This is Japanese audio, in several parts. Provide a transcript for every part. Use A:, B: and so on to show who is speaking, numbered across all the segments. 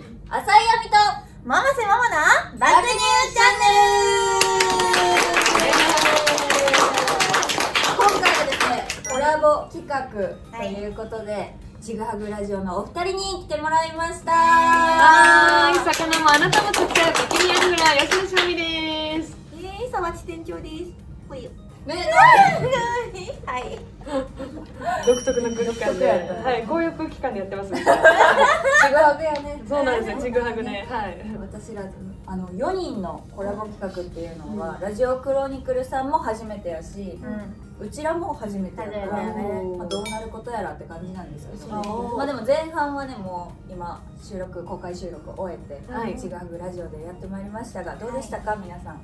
A: 浅井亜美と
B: ママセママな
A: 爆乳チャンネル今回はですねコラボ企画ということで、ちぐはぐラジオのお二人に来てもらいました
C: はーい、魚もあなたも釣っちゃうビキニアングラー安田美です。
B: えー、さわち店長です。ほいよ。
A: ね
B: はい。
C: 独特の空気感
A: 独特
C: で、
A: やった
C: はい、こういう空気感でやってます。
A: ちぐはぐやね
C: そうなんですよ、ちぐはぐね、はい。
A: 私らあの4人のコラボ企画っていうのは、ラジオクロニクルさんも初めてやし、
B: うん。
A: うちらも初めてやから、
B: 初めて
C: やね
A: まあ、どうなることやらって感じなんですけど、
C: そう
A: まあ、でも前半はねもう今収録公開収録を終えて「
C: はい
A: ちぐはぐラジオ」でやってまいりましたがどうでしたか、皆さん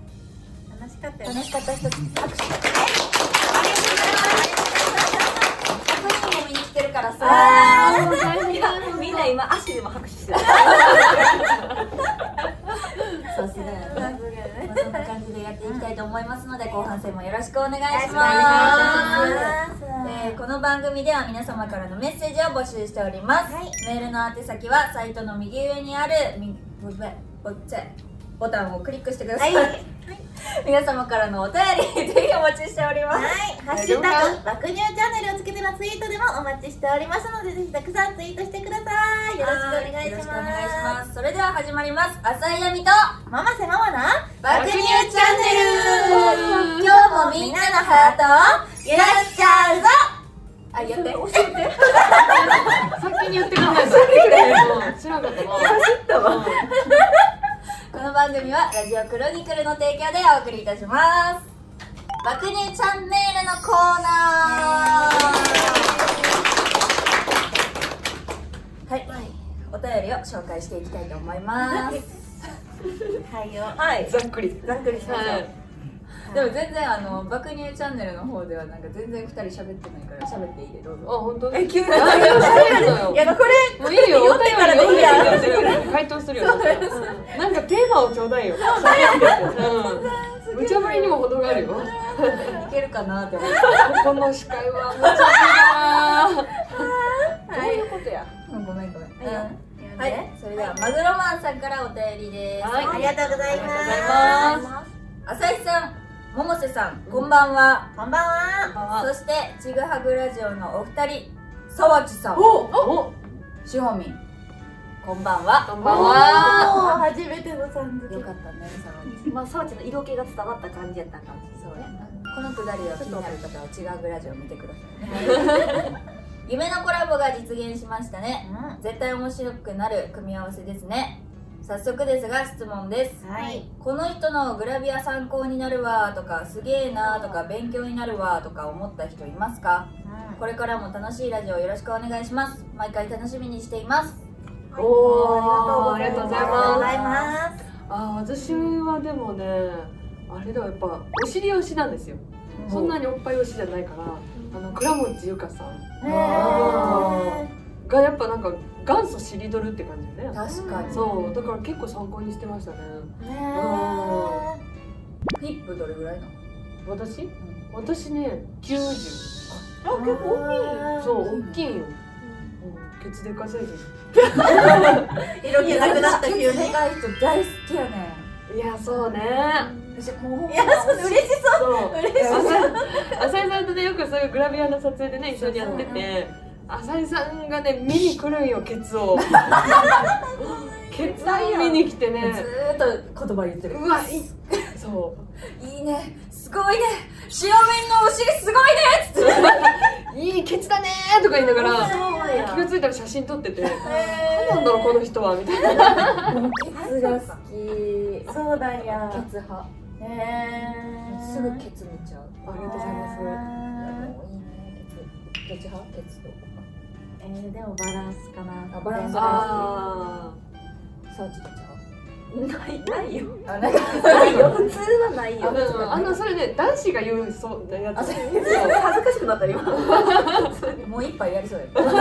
B: 楽しかったよ
A: 楽
B: ね。
A: しかった人拍手拍手も見に来てるからさ
C: あー、もう大変だ。
D: みんな今足でも拍手して る。
A: さすがやなまあそんな感じでやっていきたいと思いますので、後半戦もよろしくお願いします。えーこの番組では皆様からのメッセージを募集しております。メールの宛先はサイトの右上にあるみぼぼぼっちゃボタンをクリックしてください。
B: はい
A: 皆様からのお便り ぜひお待ちしております。
B: はい、ハッシュタグ爆乳チャンネルをつけてのツイートでもお待ちしておりますので、ぜひたくさんツイートしてください。よろしくお願いし
A: はいよろ
B: ます。
A: しくお願いします。それでは始まります。浅井亜美と
B: ママセママな
A: 爆乳チャンネル。
C: 爆乳チャンネル
A: 今日もみんなのハートを揺らしちゃうぞ。あ、やって。
C: 先に言ってくれないと。うん知らんかったな。
A: この番組はラジオクロニクルの提供でお送りいたします爆乳チャンネルのコーナーはい、お便りを紹介していきたいと思います
B: はいよ。
A: はい
C: ざっくり。
B: ざっくりし
C: はい。
A: でも全然あの爆乳チャンネルの方ではなんか全然二人喋ってないから喋っていいでどう
C: あ、
A: ぞ
C: 本当。
B: 急に
C: あでも喋るのよ
B: いや、これ、
C: もういいよ、お便り
B: からでいいや
C: 読んで回答するよ。うんなんかテーマをちょうだいよ。うん無茶ぶりにも程があるよ。
A: いけるかなって思って
C: この司会は無茶ぶりだな。
A: どういうことやごめんごめん、うんは
B: はい
A: い、それではマグロマンさんからお便りです
C: はい
B: ありがとうございます。
C: ありがとうござい
B: す。
A: 浅井さん、百瀬さん、こんばんは。
B: こんばんは。
A: そして、ちぐはぐラジオのお二人、沢地さん、
C: お、
A: しほみん、こんばんは。
C: こんばんは。
B: おー初めてのさん付
A: よ
B: け。
A: かったね、沢地。
D: まあ、サワちゃんの色気が伝わった感じやったんかも。
A: そうやな。このくだりを気になる方は、ちぐはぐラジオ見てください。夢のコラボが実現しましたね。
B: う
A: 絶対面白くなる組み合わせですね。早速ですが、質問です。
B: んはい。
A: この人のグラビア参考になるわとかすげえなとか勉強になるわとか思った人いますかこれからも楽しいラジオよろしくお願いします毎回楽しみにしています
C: おーありがとうござい
B: ありがとうご
C: ま
B: ざ
C: す
B: います。
C: あ私はでもねあれだやっぱお尻推しなんですよそんなにおっぱい推しじゃないからあの倉持優香さん
B: へ
C: あ
B: ー
C: がやっぱなんか元祖尻ドルって感じね
A: 確かに
C: そうだから結構参考にしてましたね
B: ね
C: あ
A: ヒップどれぐらいなの
C: 私私ね90
B: あ、結構多
C: そう大きいよ、うん、ケツでかせる
B: い。色気なくなった急に。
A: でかい人大好きやね
C: いやそうね
A: んもうほんま
B: いや、そう、嬉しそう。
C: そう
B: 嬉しい
C: 浅浅井さんとねよくそういうグラビアの撮影でね一緒にやってて浅井さんがね見に来るんよケツ をケツを見に来てね
A: ずーっと言葉言ってる
C: うわいそ
A: いいねすごいね塩面のお尻すごいねっつって
C: ういいケツだねーとか言いながら
B: そう
C: 気がついたら写真撮ってて何
B: へ
C: なんだろうこの人はみたいな
A: ケツが好きケ
B: ーそうだや。
A: ツ派
B: へー
A: すぐケツ見ちゃう
C: ありがとうございます
B: へ
A: もういいねケツどっち派ケツと
B: ーえーでもバランスかな。
A: あバランス
B: あ
C: あ
A: サーチどっち派
D: ない、ないよ。
A: あなんか
D: ないよ。普通はない
C: ーあ
D: よ。
C: でもあのそれね男子が言うそうなやつ
A: あそう
D: 恥ずかしくなった今。
A: もう一杯やりそうや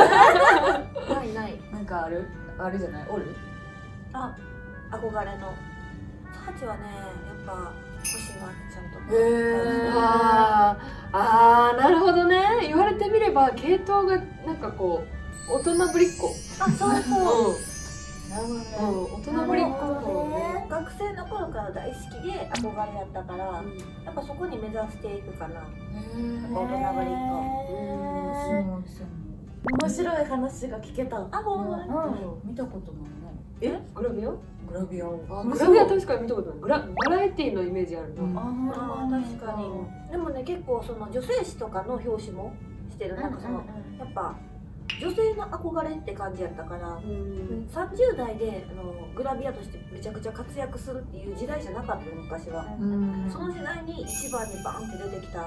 C: ないない
A: なんかあるあるじゃないおる
D: 憧れの。サワちはね、やっぱ星野あきちゃんとか。
C: あーあーなるほどね言われてみれば系統がなんかこう大人ぶりっ子
D: あ、そうそう。
C: う
D: なるほどね
C: もう大人ぶりっ子だもんね
D: 学生の頃から大好きで憧れやったから、やっぱそこに目指していくかな
A: うん
D: 大人ぶり
A: そう
D: っ
B: 面
A: なんですよね
B: 白い話が聞けた。
D: あほんまに
A: 見たことないね
C: グラビア
A: グラビアを
C: あグラビア確かに見たことないグラバラエティーのイメージあるな、
A: うん
D: あー確かにでもね結構その女性誌とかの表紙もしてるなんかその、やっぱ女性の憧れって感じやったから
C: うん
D: 30代であのグラビアとしてめちゃくちゃ活躍するっていう時代じゃなかったの昔は、
A: うん
D: その時代に一番にバンって出てきた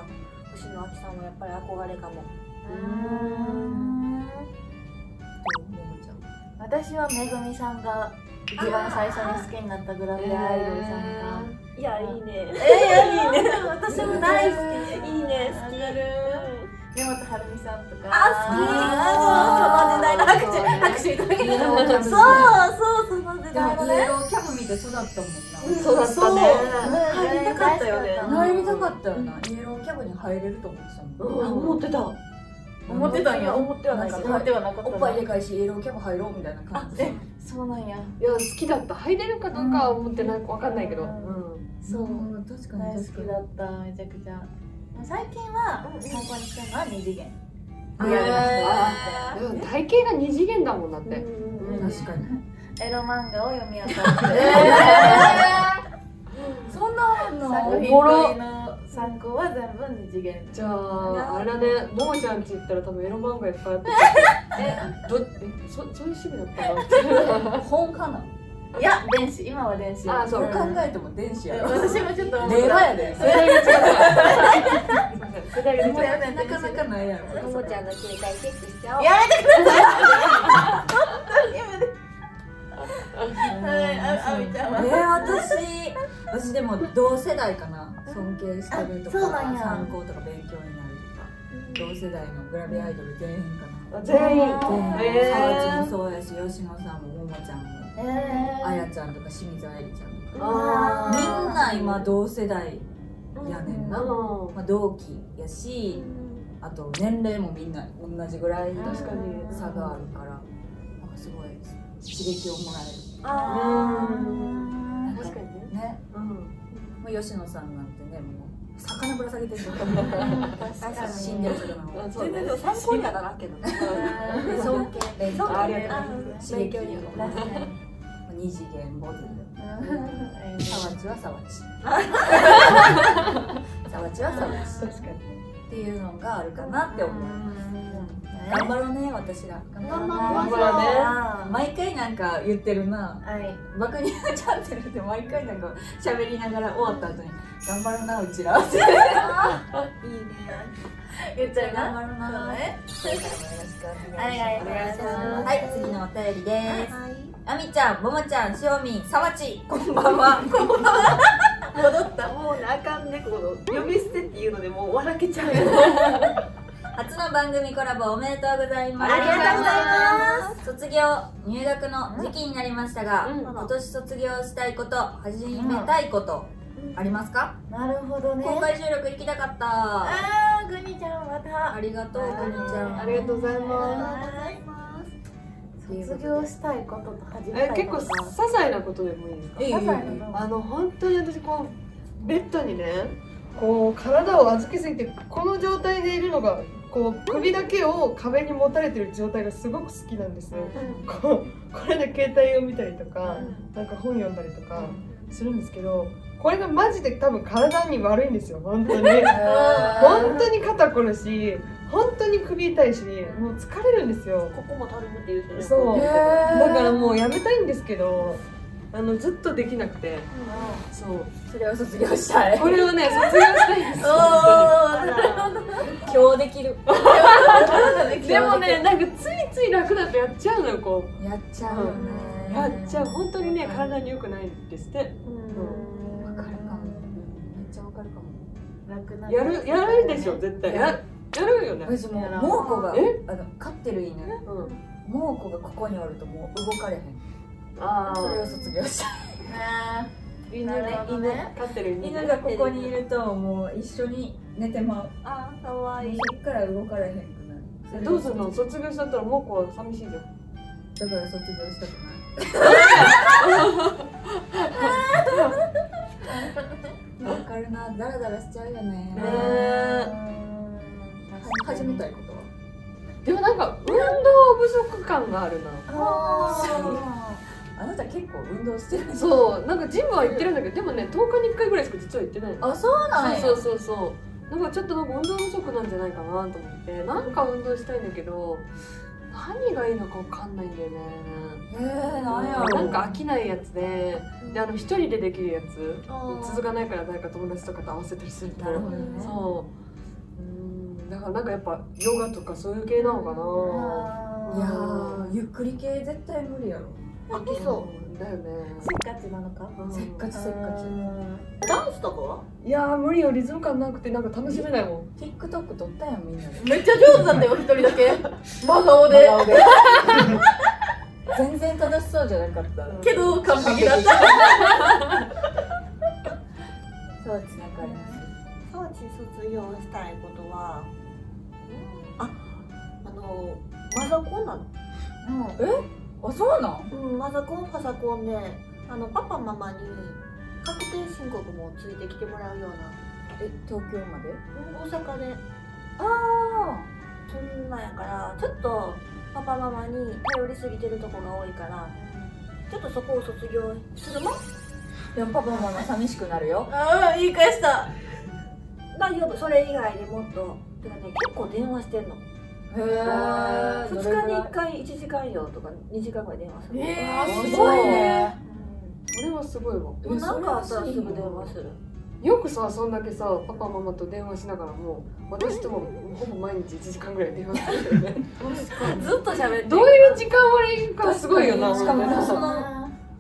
D: 星野亜紀さんはやっぱり憧れかも
B: 私はめぐみさんが一番最初に好きになったグラビアアイドルさんが。
D: いやいいね
B: えー、いいね。私も大好
D: いいね好き
B: わかるき。根本はるみさんとか。
D: あ好き
B: あーその時代の拍手、拍手いただけた。そう、そう、その時
A: でも
B: 代の
A: イエ
B: ね。
A: ローキャブ見て育ったもん
C: そうだったね
D: 入りたかったよね
A: な入りたかったよなイエローキャブに入れると思ってたもん
C: うん思ってた
B: 思ってたんや。思ってはなかった。
A: 思って
B: はなか
A: おっぱいでかいしイエローキャブ入ろうみたいな感じで
B: そうなんや。
C: いや好きだった入れるかどうかは思ってなんかわかんないけど、うん
B: そう。
A: ん確か
B: 大
A: に
B: 好
A: 確か
B: き
A: に
B: だった。めちゃくちゃ。最近は参考にしてるのは二次元。
A: あ
B: リアルな人
A: ー
C: でも体型が二次元だもんだって、
B: うん
A: 確かに
B: エロ漫画を読み漁ってる。
A: そんなあんの
B: 作
C: お
B: 品
C: もろ
B: 取りの参考は全部二次元
C: じゃああれだねももちゃんち行ったら多分エロ漫画いっぱいあって えどえそそういう趣味だったの
A: 本かない
B: や電子今は電子
C: あそう
A: どう
B: うん
A: 考えても電子やろ
B: 私もちょっと思っ
A: レ
B: た
A: バやで
C: 世代が違う。世代が違う。
A: なかなかないやろ
D: ももちゃんの携帯チェックしちゃおう
B: やめてくださいはいああみちゃんは
A: えー私私でも同世代かな尊敬してるとか
B: あそうなんや
A: 参考とか勉強になるとか同世代のグラビアアイドル全員かな
C: 全員。
A: 全
C: へ
A: 員
C: ー
A: 沢地もそうやし吉野さんもももちゃんも
B: え
A: あやちゃんとか清水愛理ちゃんと
B: ー
C: あ
A: かみんな今同世代やねん
C: う
A: な、
C: ん。
A: まあ、同期やしあと年齢もみんな同じぐらいの
C: 確かに。
A: 差があるからなんかすごい刺激をもら
D: あ
A: える
C: 確かにね。
A: ね
C: うん。
A: もう吉野さんなんてねもう魚ぶら下げてる
B: ー確かに
A: 死んでる魚を
C: あ、そう
D: 全
C: ね
D: 然で。も参考にはならんけど
A: 尊敬勉強
C: ありがとうござい
A: ます
B: 勉
A: 勉
B: 強
A: 強
B: に
A: に
B: も
A: も
B: な
A: な
B: る
A: る
B: 確かに
A: 二次元ボディ沢地は沢地沢地は沢地
C: 確かに。
A: っていうのがあるかなって思う頑張ろうね私ら
C: 頑張ろ
A: 毎回なんか言ってるな
B: はい
A: バカニアチャンネルで毎回なんか喋りながら終わった後に頑張るなうちらって
D: いいね
B: 言っちゃい
A: 頑
B: な
A: 張るな
B: ね
A: そういうのもよろしくお
B: お
A: 願いし
B: 願い
A: ま
B: し
A: す
B: ます
A: はい次のお便りです
D: はい
A: あみちゃんももちゃんしおみんさわちこんばんは
B: 戻った
D: もうなあかんねこの呼び捨てっていうのでもう笑けちゃう
A: 初の番組コラボおめでとうございます
D: ありがとうございます
A: 卒業入学の時期になりましたが、
C: うん
A: 今年卒業したいこと始めたいこと、ありますか、
B: なるほどね
A: 公開収録行きたかった
B: あーグニちゃんまた
A: ありがとうかみちゃん
C: ありがとうございま
B: 卒業したいことと始
C: す。
B: め
C: え、
B: たい
C: 結構
B: こと
C: 些細なことでもいいですか。
A: いいいいいい
C: あの本当に私こうベッドにねこう体を預けすぎてこの状態でいるのがこう首だけを壁に持たれてる状態がすごく好きなんですよ、こうこれで携帯を見たりとか、なんか本読んだりとかするんですけどこれがマジで多分体に悪いんですよ本当 に本当に肩こるし本当に首痛いしもう疲れるんですよ
D: ここもたるむって言うてね
C: そう
B: へ
C: だ
B: ー
C: からもうやめたいんですけどあのずっとできなくてそう
A: それを卒業したい
C: これをね、卒業したいんですよ。
A: 今日できる
C: でもね、なんかついつい楽だとやっちゃうのよ、こ
A: やっちゃうよね
C: う。やっちゃう、本当にね、
A: うん
C: 体に良くないですって。
A: わかるかもめっちゃわかるかも
B: 楽な
C: やる、やるでしょ、絶対。や、やるよね。
A: 私も
B: や
A: う
B: らん
A: 猛虎が
C: え
A: あの飼ってる犬
C: うん。
A: 猛虎がここにおるともう動かれへん
C: あ
A: それを
C: あ。
A: 卒業したい
B: あ
C: 犬
B: なる
C: ね、
B: ほど
C: 犬
B: ね、
C: 飼ってる犬ね。
A: 犬がここにいるともう一緒に寝てまう
D: あーかわいい
A: そっから動かれへんくなる
C: どうするの、卒業しちゃったら、もうこう寂しいじゃん。
A: だから卒業したくないわかるな、ダラダラしちゃうよね。
D: ね
A: 始めたいことは。
C: でもなんか運動不足感があるな
A: あなた結構運動してる。
C: そうなんかジムは行ってるんだけどでもね10日に1回ぐらいしか実は行ってないの
A: あ、そうなんや。
C: そうそうそうそうなんかちょっとなんか運動不足なんじゃないかなと思ってなんか運動したいんだけど何がいいのかわかんないんだよね
A: えー、なんやろ。
C: なんか飽きないやつでであの一人でできるやつ続
B: 続
C: かないから誰か友達とかと合わせたりすると
A: なるほどね。
C: そううんだからなんかやっぱヨガとかそういう系なのか
A: い
C: な
A: うやー、ゆっくり系絶対無理やろ。
B: 飽きそう
C: うんだよね
B: せっかちなのか
C: うん
A: せっかちせっかち。
B: ダンスとかはい
E: やー無理よリズム感なくてなんか楽しめないもん
A: TikTok 撮ったやんみんなで。
B: めっちゃ上手だったよ一人だけ真顔で
A: 全然正しそうじゃなかった。
B: けど完璧だった
A: そうですなんかあります。
B: コーチ卒業したいことはああのマザコンなの
A: え？あ、そうなん？
B: うんマザコンファザコンであのパパママに確定申告もついてきてもらうような
A: え、東京まで？
B: 大阪で
A: あ
B: そんなんやからちょっとパパママに頼りすぎてるとこが多いからちょっとそこを卒業するもん
A: あ。でもパパママ寂しくなるよ。
B: ああ言い返した
D: 大丈夫それ以外でもっとてかね結構電話してんの
A: へえ。
D: 2
A: どれぐら
D: 日
A: い
D: に1回1時間よとか2時間ぐらい電話する
C: え
A: あ
C: ー
A: すごいね。
C: それはすごいわ
D: うんもうなんかあったらすぐ電話する
C: よくさそんだけさパパママと電話しながらも私ともほぼ毎日1時間ぐらい電話するよね
D: ずっと喋って る
C: どういう時間割かすごいよな
A: しかも
C: 本当に
A: その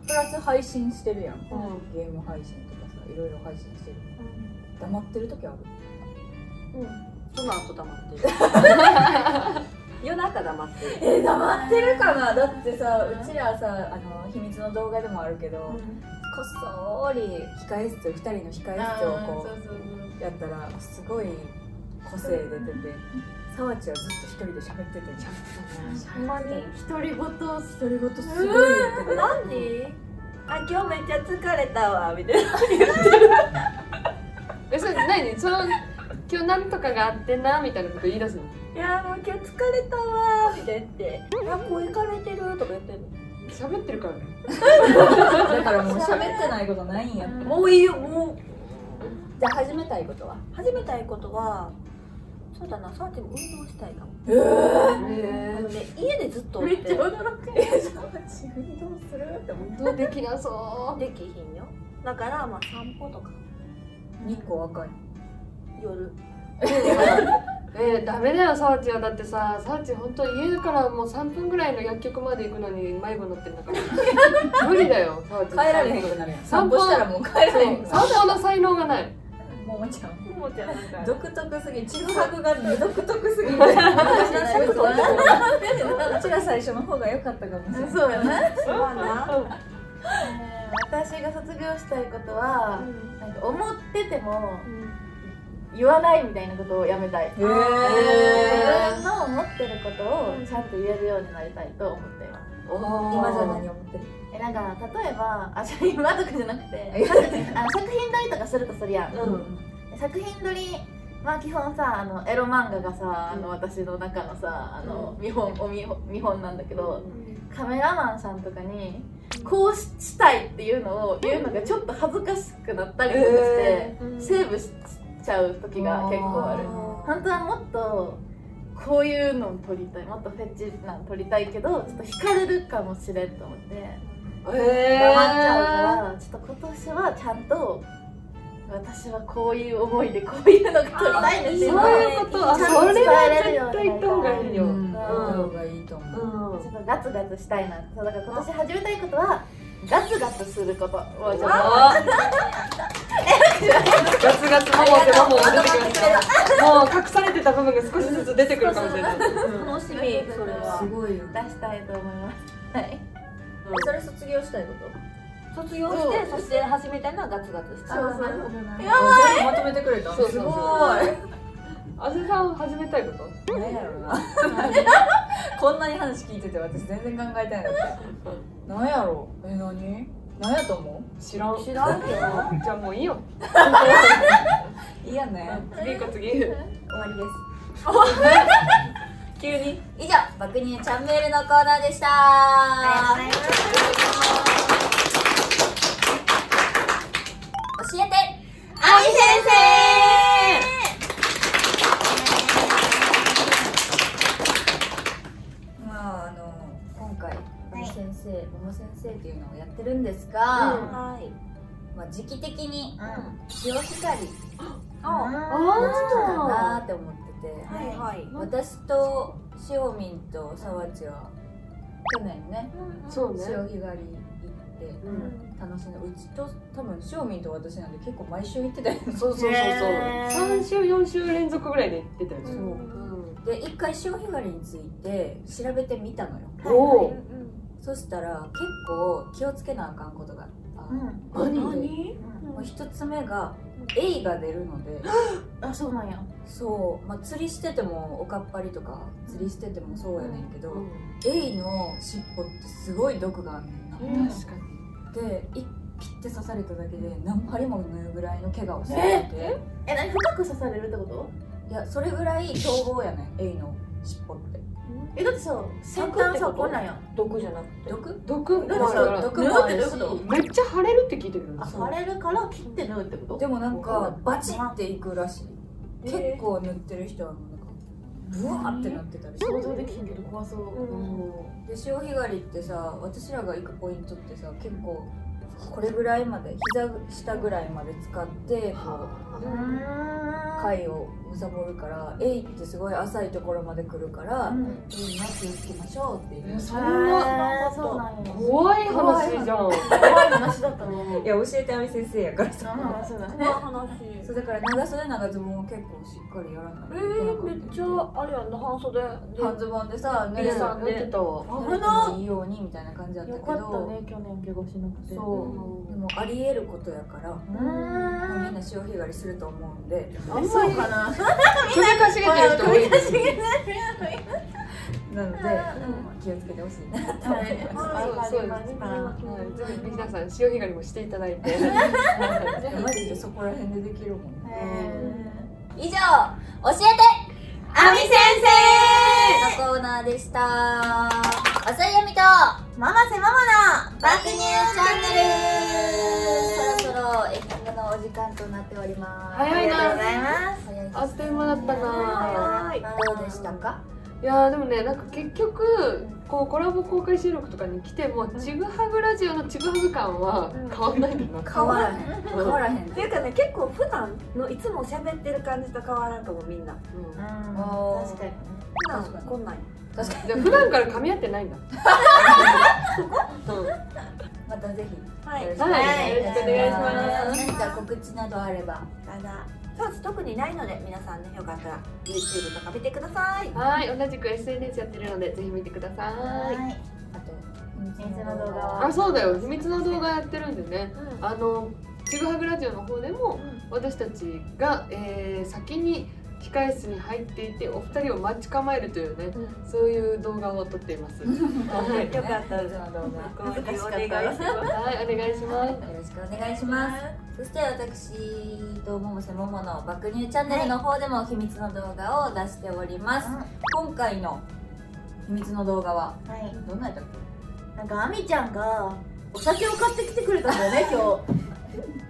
A: プラス配信してるやん、
C: ん
A: ゲーム配信とかさいろいろ配信してる黙ってる時ある
D: その後黙 ってる夜中黙ってる
A: え黙ってるかなだってさうちらさあの秘密の動画でもあるけど、こっそり控え室2人の控え室をこうやったらすごい個性出ててさわちはずっと一人で喋ってて
D: ほんまに
C: 独り言
A: 独り言すごい言ってた
D: 何あ今日めっちゃ疲れたわみたいな
C: えそれ何その今日なんとかがあってなみたいなこと言い出すの
D: いやもう今日疲れたわみたいなって「いや声かれてる」とか言ってんの
C: 喋ってる からね
A: だからもう喋ってないことないんやって
D: もういいよも
A: じゃあ始めたいことは
D: う始めたいことはそうだなサーチも運動したいかも
A: ええ
C: え
D: あのね家でずっとおって
A: 驚くえさわち運動するって思って
C: どうできなそう
D: できひんよだからまあ散歩とか
A: 2個若い
D: 夜
C: えー、ダメだよサーチはだってさサーチ本当家からもう3分ぐらいの薬局まで行くのに迷子になってんだから無理だよサーチ
A: 帰られへんくなるやん散
C: 散
A: 歩
C: 歩
A: したらもう帰られへんくな
C: そう散歩の才能がない
A: るももちゃん
D: ももちゃんなん
A: 独特すぎちぐはぐが独特すぎて私の尺取ってたうちら最初の方が良かったかもしれない
B: そうやな
D: そうやな
B: 私が卒業したいことは、なんか思ってても言わないみたいなことをやめたい、
A: へ
B: 自
A: え
B: 分の思ってることをちゃんと言えるようになりたいと思っています
A: 今じゃ
C: ない
A: 何思ってる
B: えなんか例えばあじゃあ今とかじゃなく
A: え
B: て作あの作品撮りとかするとするやん、
A: うん
B: 作品撮りまあ基本さあのエロ漫画がさあの私の中のさあの見本お見本見本なんだけど、カメラマンさんとかにこうしたいっていうのを言うのがちょっと恥ずかしくなったりとかして、セーブしちゃう時が結構ある本当はもっとこういうのを撮りたいもっとフェチなの撮りたいけどちょっと惹かれるかもしれんと思って
C: え
B: 黙っちゃうからちょっと今年はちゃんと私はこういう思いでこういうのが撮りたいんですよ
C: そういうことあ
B: ちゃん
C: そ
B: と
C: れ
B: 伝
C: は
B: えれるよ
C: 絶対行った方がいいよ、
A: うん方がいいと思う
B: ちょっとガツガツしたいなそうだから今年始めたいことはガツガツすることもうちょっと
C: あガツガツマモってマモが出てくるんだもう隠されてた部分が少しずつ出てくるかもしれない
D: 楽しみそれは
A: すごいよ
B: 出したいと思いますはい
A: それ卒業したいこと
D: 卒業してそして始めたいのはガツガツした
B: そうそう
A: やばいまとめてくれた
C: そうそう
A: す
C: そう
A: ごい
C: あずさん始めたいこと
A: 何やろうなこんなに話聞いてて私全然考えたいなかったなんやろえ何なんやと思
C: 知らん
D: 知らんけど
C: じゃあもういいよ
A: ういやね
C: 次行こう次
A: 終わりです急に以上爆乳チャンネルのコーナーでした教えて愛先生まああの今回愛先生、桃先生っていうのをやってるんですが、
C: うん
D: はい
A: まあ、時期的に
D: うん
A: 潮光
D: は
A: の時期かなって思ってて、
D: いはい
A: 私としおみんとさわちは去年ね
C: そうね
A: 潮干狩り行って楽しんでうちと多分しおみんと私なんで結構毎週行ってたよね
C: そうそうそうそう
D: ね
C: 3週4週連続ぐらいで行ってたよ
A: そ
C: ね
A: うで一回潮干狩りについて調べてみたのよ
C: おお
A: そしたら結構気をつけなあかんことがあった、
C: 何
A: もう一つ目がエイが出るので
B: あそうなんや
A: そう、まあ、釣りしててもおかっぱりとか釣りしててもそうやねんけど、エイの尻尾ってすごい毒があんねんな、
C: 確か
A: で一切って刺されただけで何針も縫うぐらいの怪我をしてて
B: え何深く刺されるってこと
A: いやそれぐらい凶暴やねんエイの尻尾って
B: えだってさ先端さこんなんやん毒じゃなくて
A: 毒
C: 毒
B: だ
C: だ
B: っ
C: か
B: てさ
C: ら
A: 毒も
B: 毒も
A: あ
B: あ
A: る
B: る
A: し
B: し
C: めっちゃ腫れるって聞いてるよね
B: あ腫れるから切って縫うってこと
A: でもなん
B: わかん
A: か
B: ない
A: バチっていくらしい結構縫ってる人はなんかブワーってなってたりして
B: 想像できへんけど怖そう、うん
A: で潮干狩りってさ私らが行くポイントってさ結構これぐらいまで膝下ぐらいまで使ってこう貝を貪るからエイってすごい浅いところまで来るから、みんな気をつけましょうっていう
C: そんな
B: あそうなんや
C: 怖い話じゃん
B: 怖い話だったね
A: いや教えてあみ先生やからさ
B: あそうだね
D: この話
A: そうだから長袖長ズボンを結構しっかりやらない
D: え
A: といけな
D: ー、
A: く
D: め
A: て
D: っちゃあれやんな半袖で
A: 半ズボンでさ濡
C: 姉
A: れ
C: さ
A: た
C: ん
A: ん
C: 言って
A: で
C: たわ
A: 濡れてもいいようにみたいな感じだった
B: よ
A: け
B: かった
A: ど
B: ね去年怪我しなくて
A: そうでもありえることやから
B: う
A: もうみん
B: ん
A: な潮干狩りすると思うんで
C: あんま
B: そう
C: り
B: かな
C: 首かしげてる人多いですね
A: なので、まあ気をつけてほしいなと思います
C: はいそうですはいぜひ皆さん潮干狩りもしていただいて
A: いやマジでそこら辺でできるもんね
F: 以上教えてあみ先生のコーナーでした浅井あみとママせママの爆乳チャンネルそろそろエンディングのお時間となっております
C: 早いな
F: す早いです
C: あっという間だったな
F: どうでしたか
C: いやーでもねなんか結局こうコラボ公開収録とかに来てもちぐはぐラジオのちぐはぐ感は変わんないんだな
A: 変わらへん変わらへん
D: っていうかね結構普段のいつも喋ってる感じと変わらんともみんな
C: うん
A: 確
B: かに
D: 普段こんなんや
A: 確か
C: じゃあ普段から噛み合ってないんだうん
A: にまたぜひ
D: はい
A: よろしくお願
C: はいよろしくお願いします
A: 何か告知などあれば
D: ただそうです特にないので皆さんねよかったら YouTube とか見てください
C: はい同じく SNS やってるのでぜひ見てください
A: あと秘
B: 密の動画は
C: あそうだよ秘密の動画やってるんでね
D: うん
C: あのちぐはぐラジオの方でも
D: う
C: 私たちが、えー先に控室に入っていてお二人を待ち構えるというね、
D: う
C: そういう動画を撮ってい ますはい、
D: よかった
A: 秘密の動画
D: ご協力お願
C: はい、
D: いします
C: お願いします
A: よろしくお願いします。そして私と桃瀬桃の爆乳チャンネルの方でも秘密の動画を出しております。
B: うん
A: 今回の秘密の動画は
B: はい
A: どんなやったっ
B: なんかあみちゃんがお酒を買ってきてくれたんだよね今日
A: け？バラさんといて。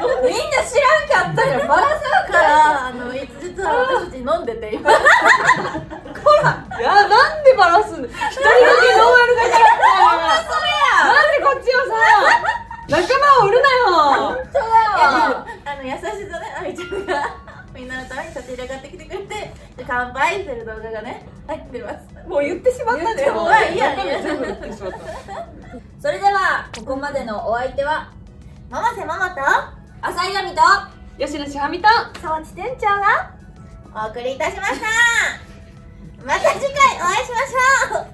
A: みんな知らんかったよ。バラさ
B: だからあのいつ実は私たち飲んでて今
C: いやなんでバラすんの一人だけどうやるだけやったそれやなんでこっちをさ仲間を売るな よ
B: あの優しさねあみちゃんが みんなのために差し入れ買ってきてくれてで乾杯してる動画がね入ってますもう言ってしまったでもいいやいいや
C: 全部売ってしまった
A: ん。それではここまでのお相手は
B: ママせママと
A: 浅井亜美と
C: 吉野しはみた
B: 沢地店長がお送りいたしましたまた次回お会いしましょうバイバ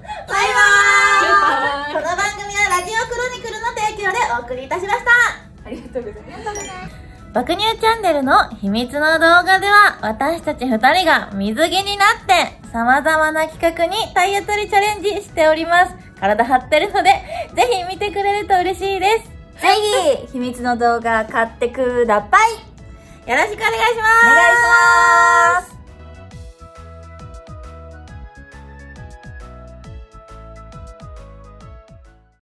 B: ーイこの番組はラジオクロニクルの提供でお送りいたしました
G: 爆乳チャンネルの秘密の動画では私たち2人が水着になって
A: 様々な企画に体当たりチャレンジしております。体張ってるので、ぜひ見てくれると嬉しいです。
H: ぜひ、秘密の動画買ってください。
A: よろしくお願いします。
H: お願いします。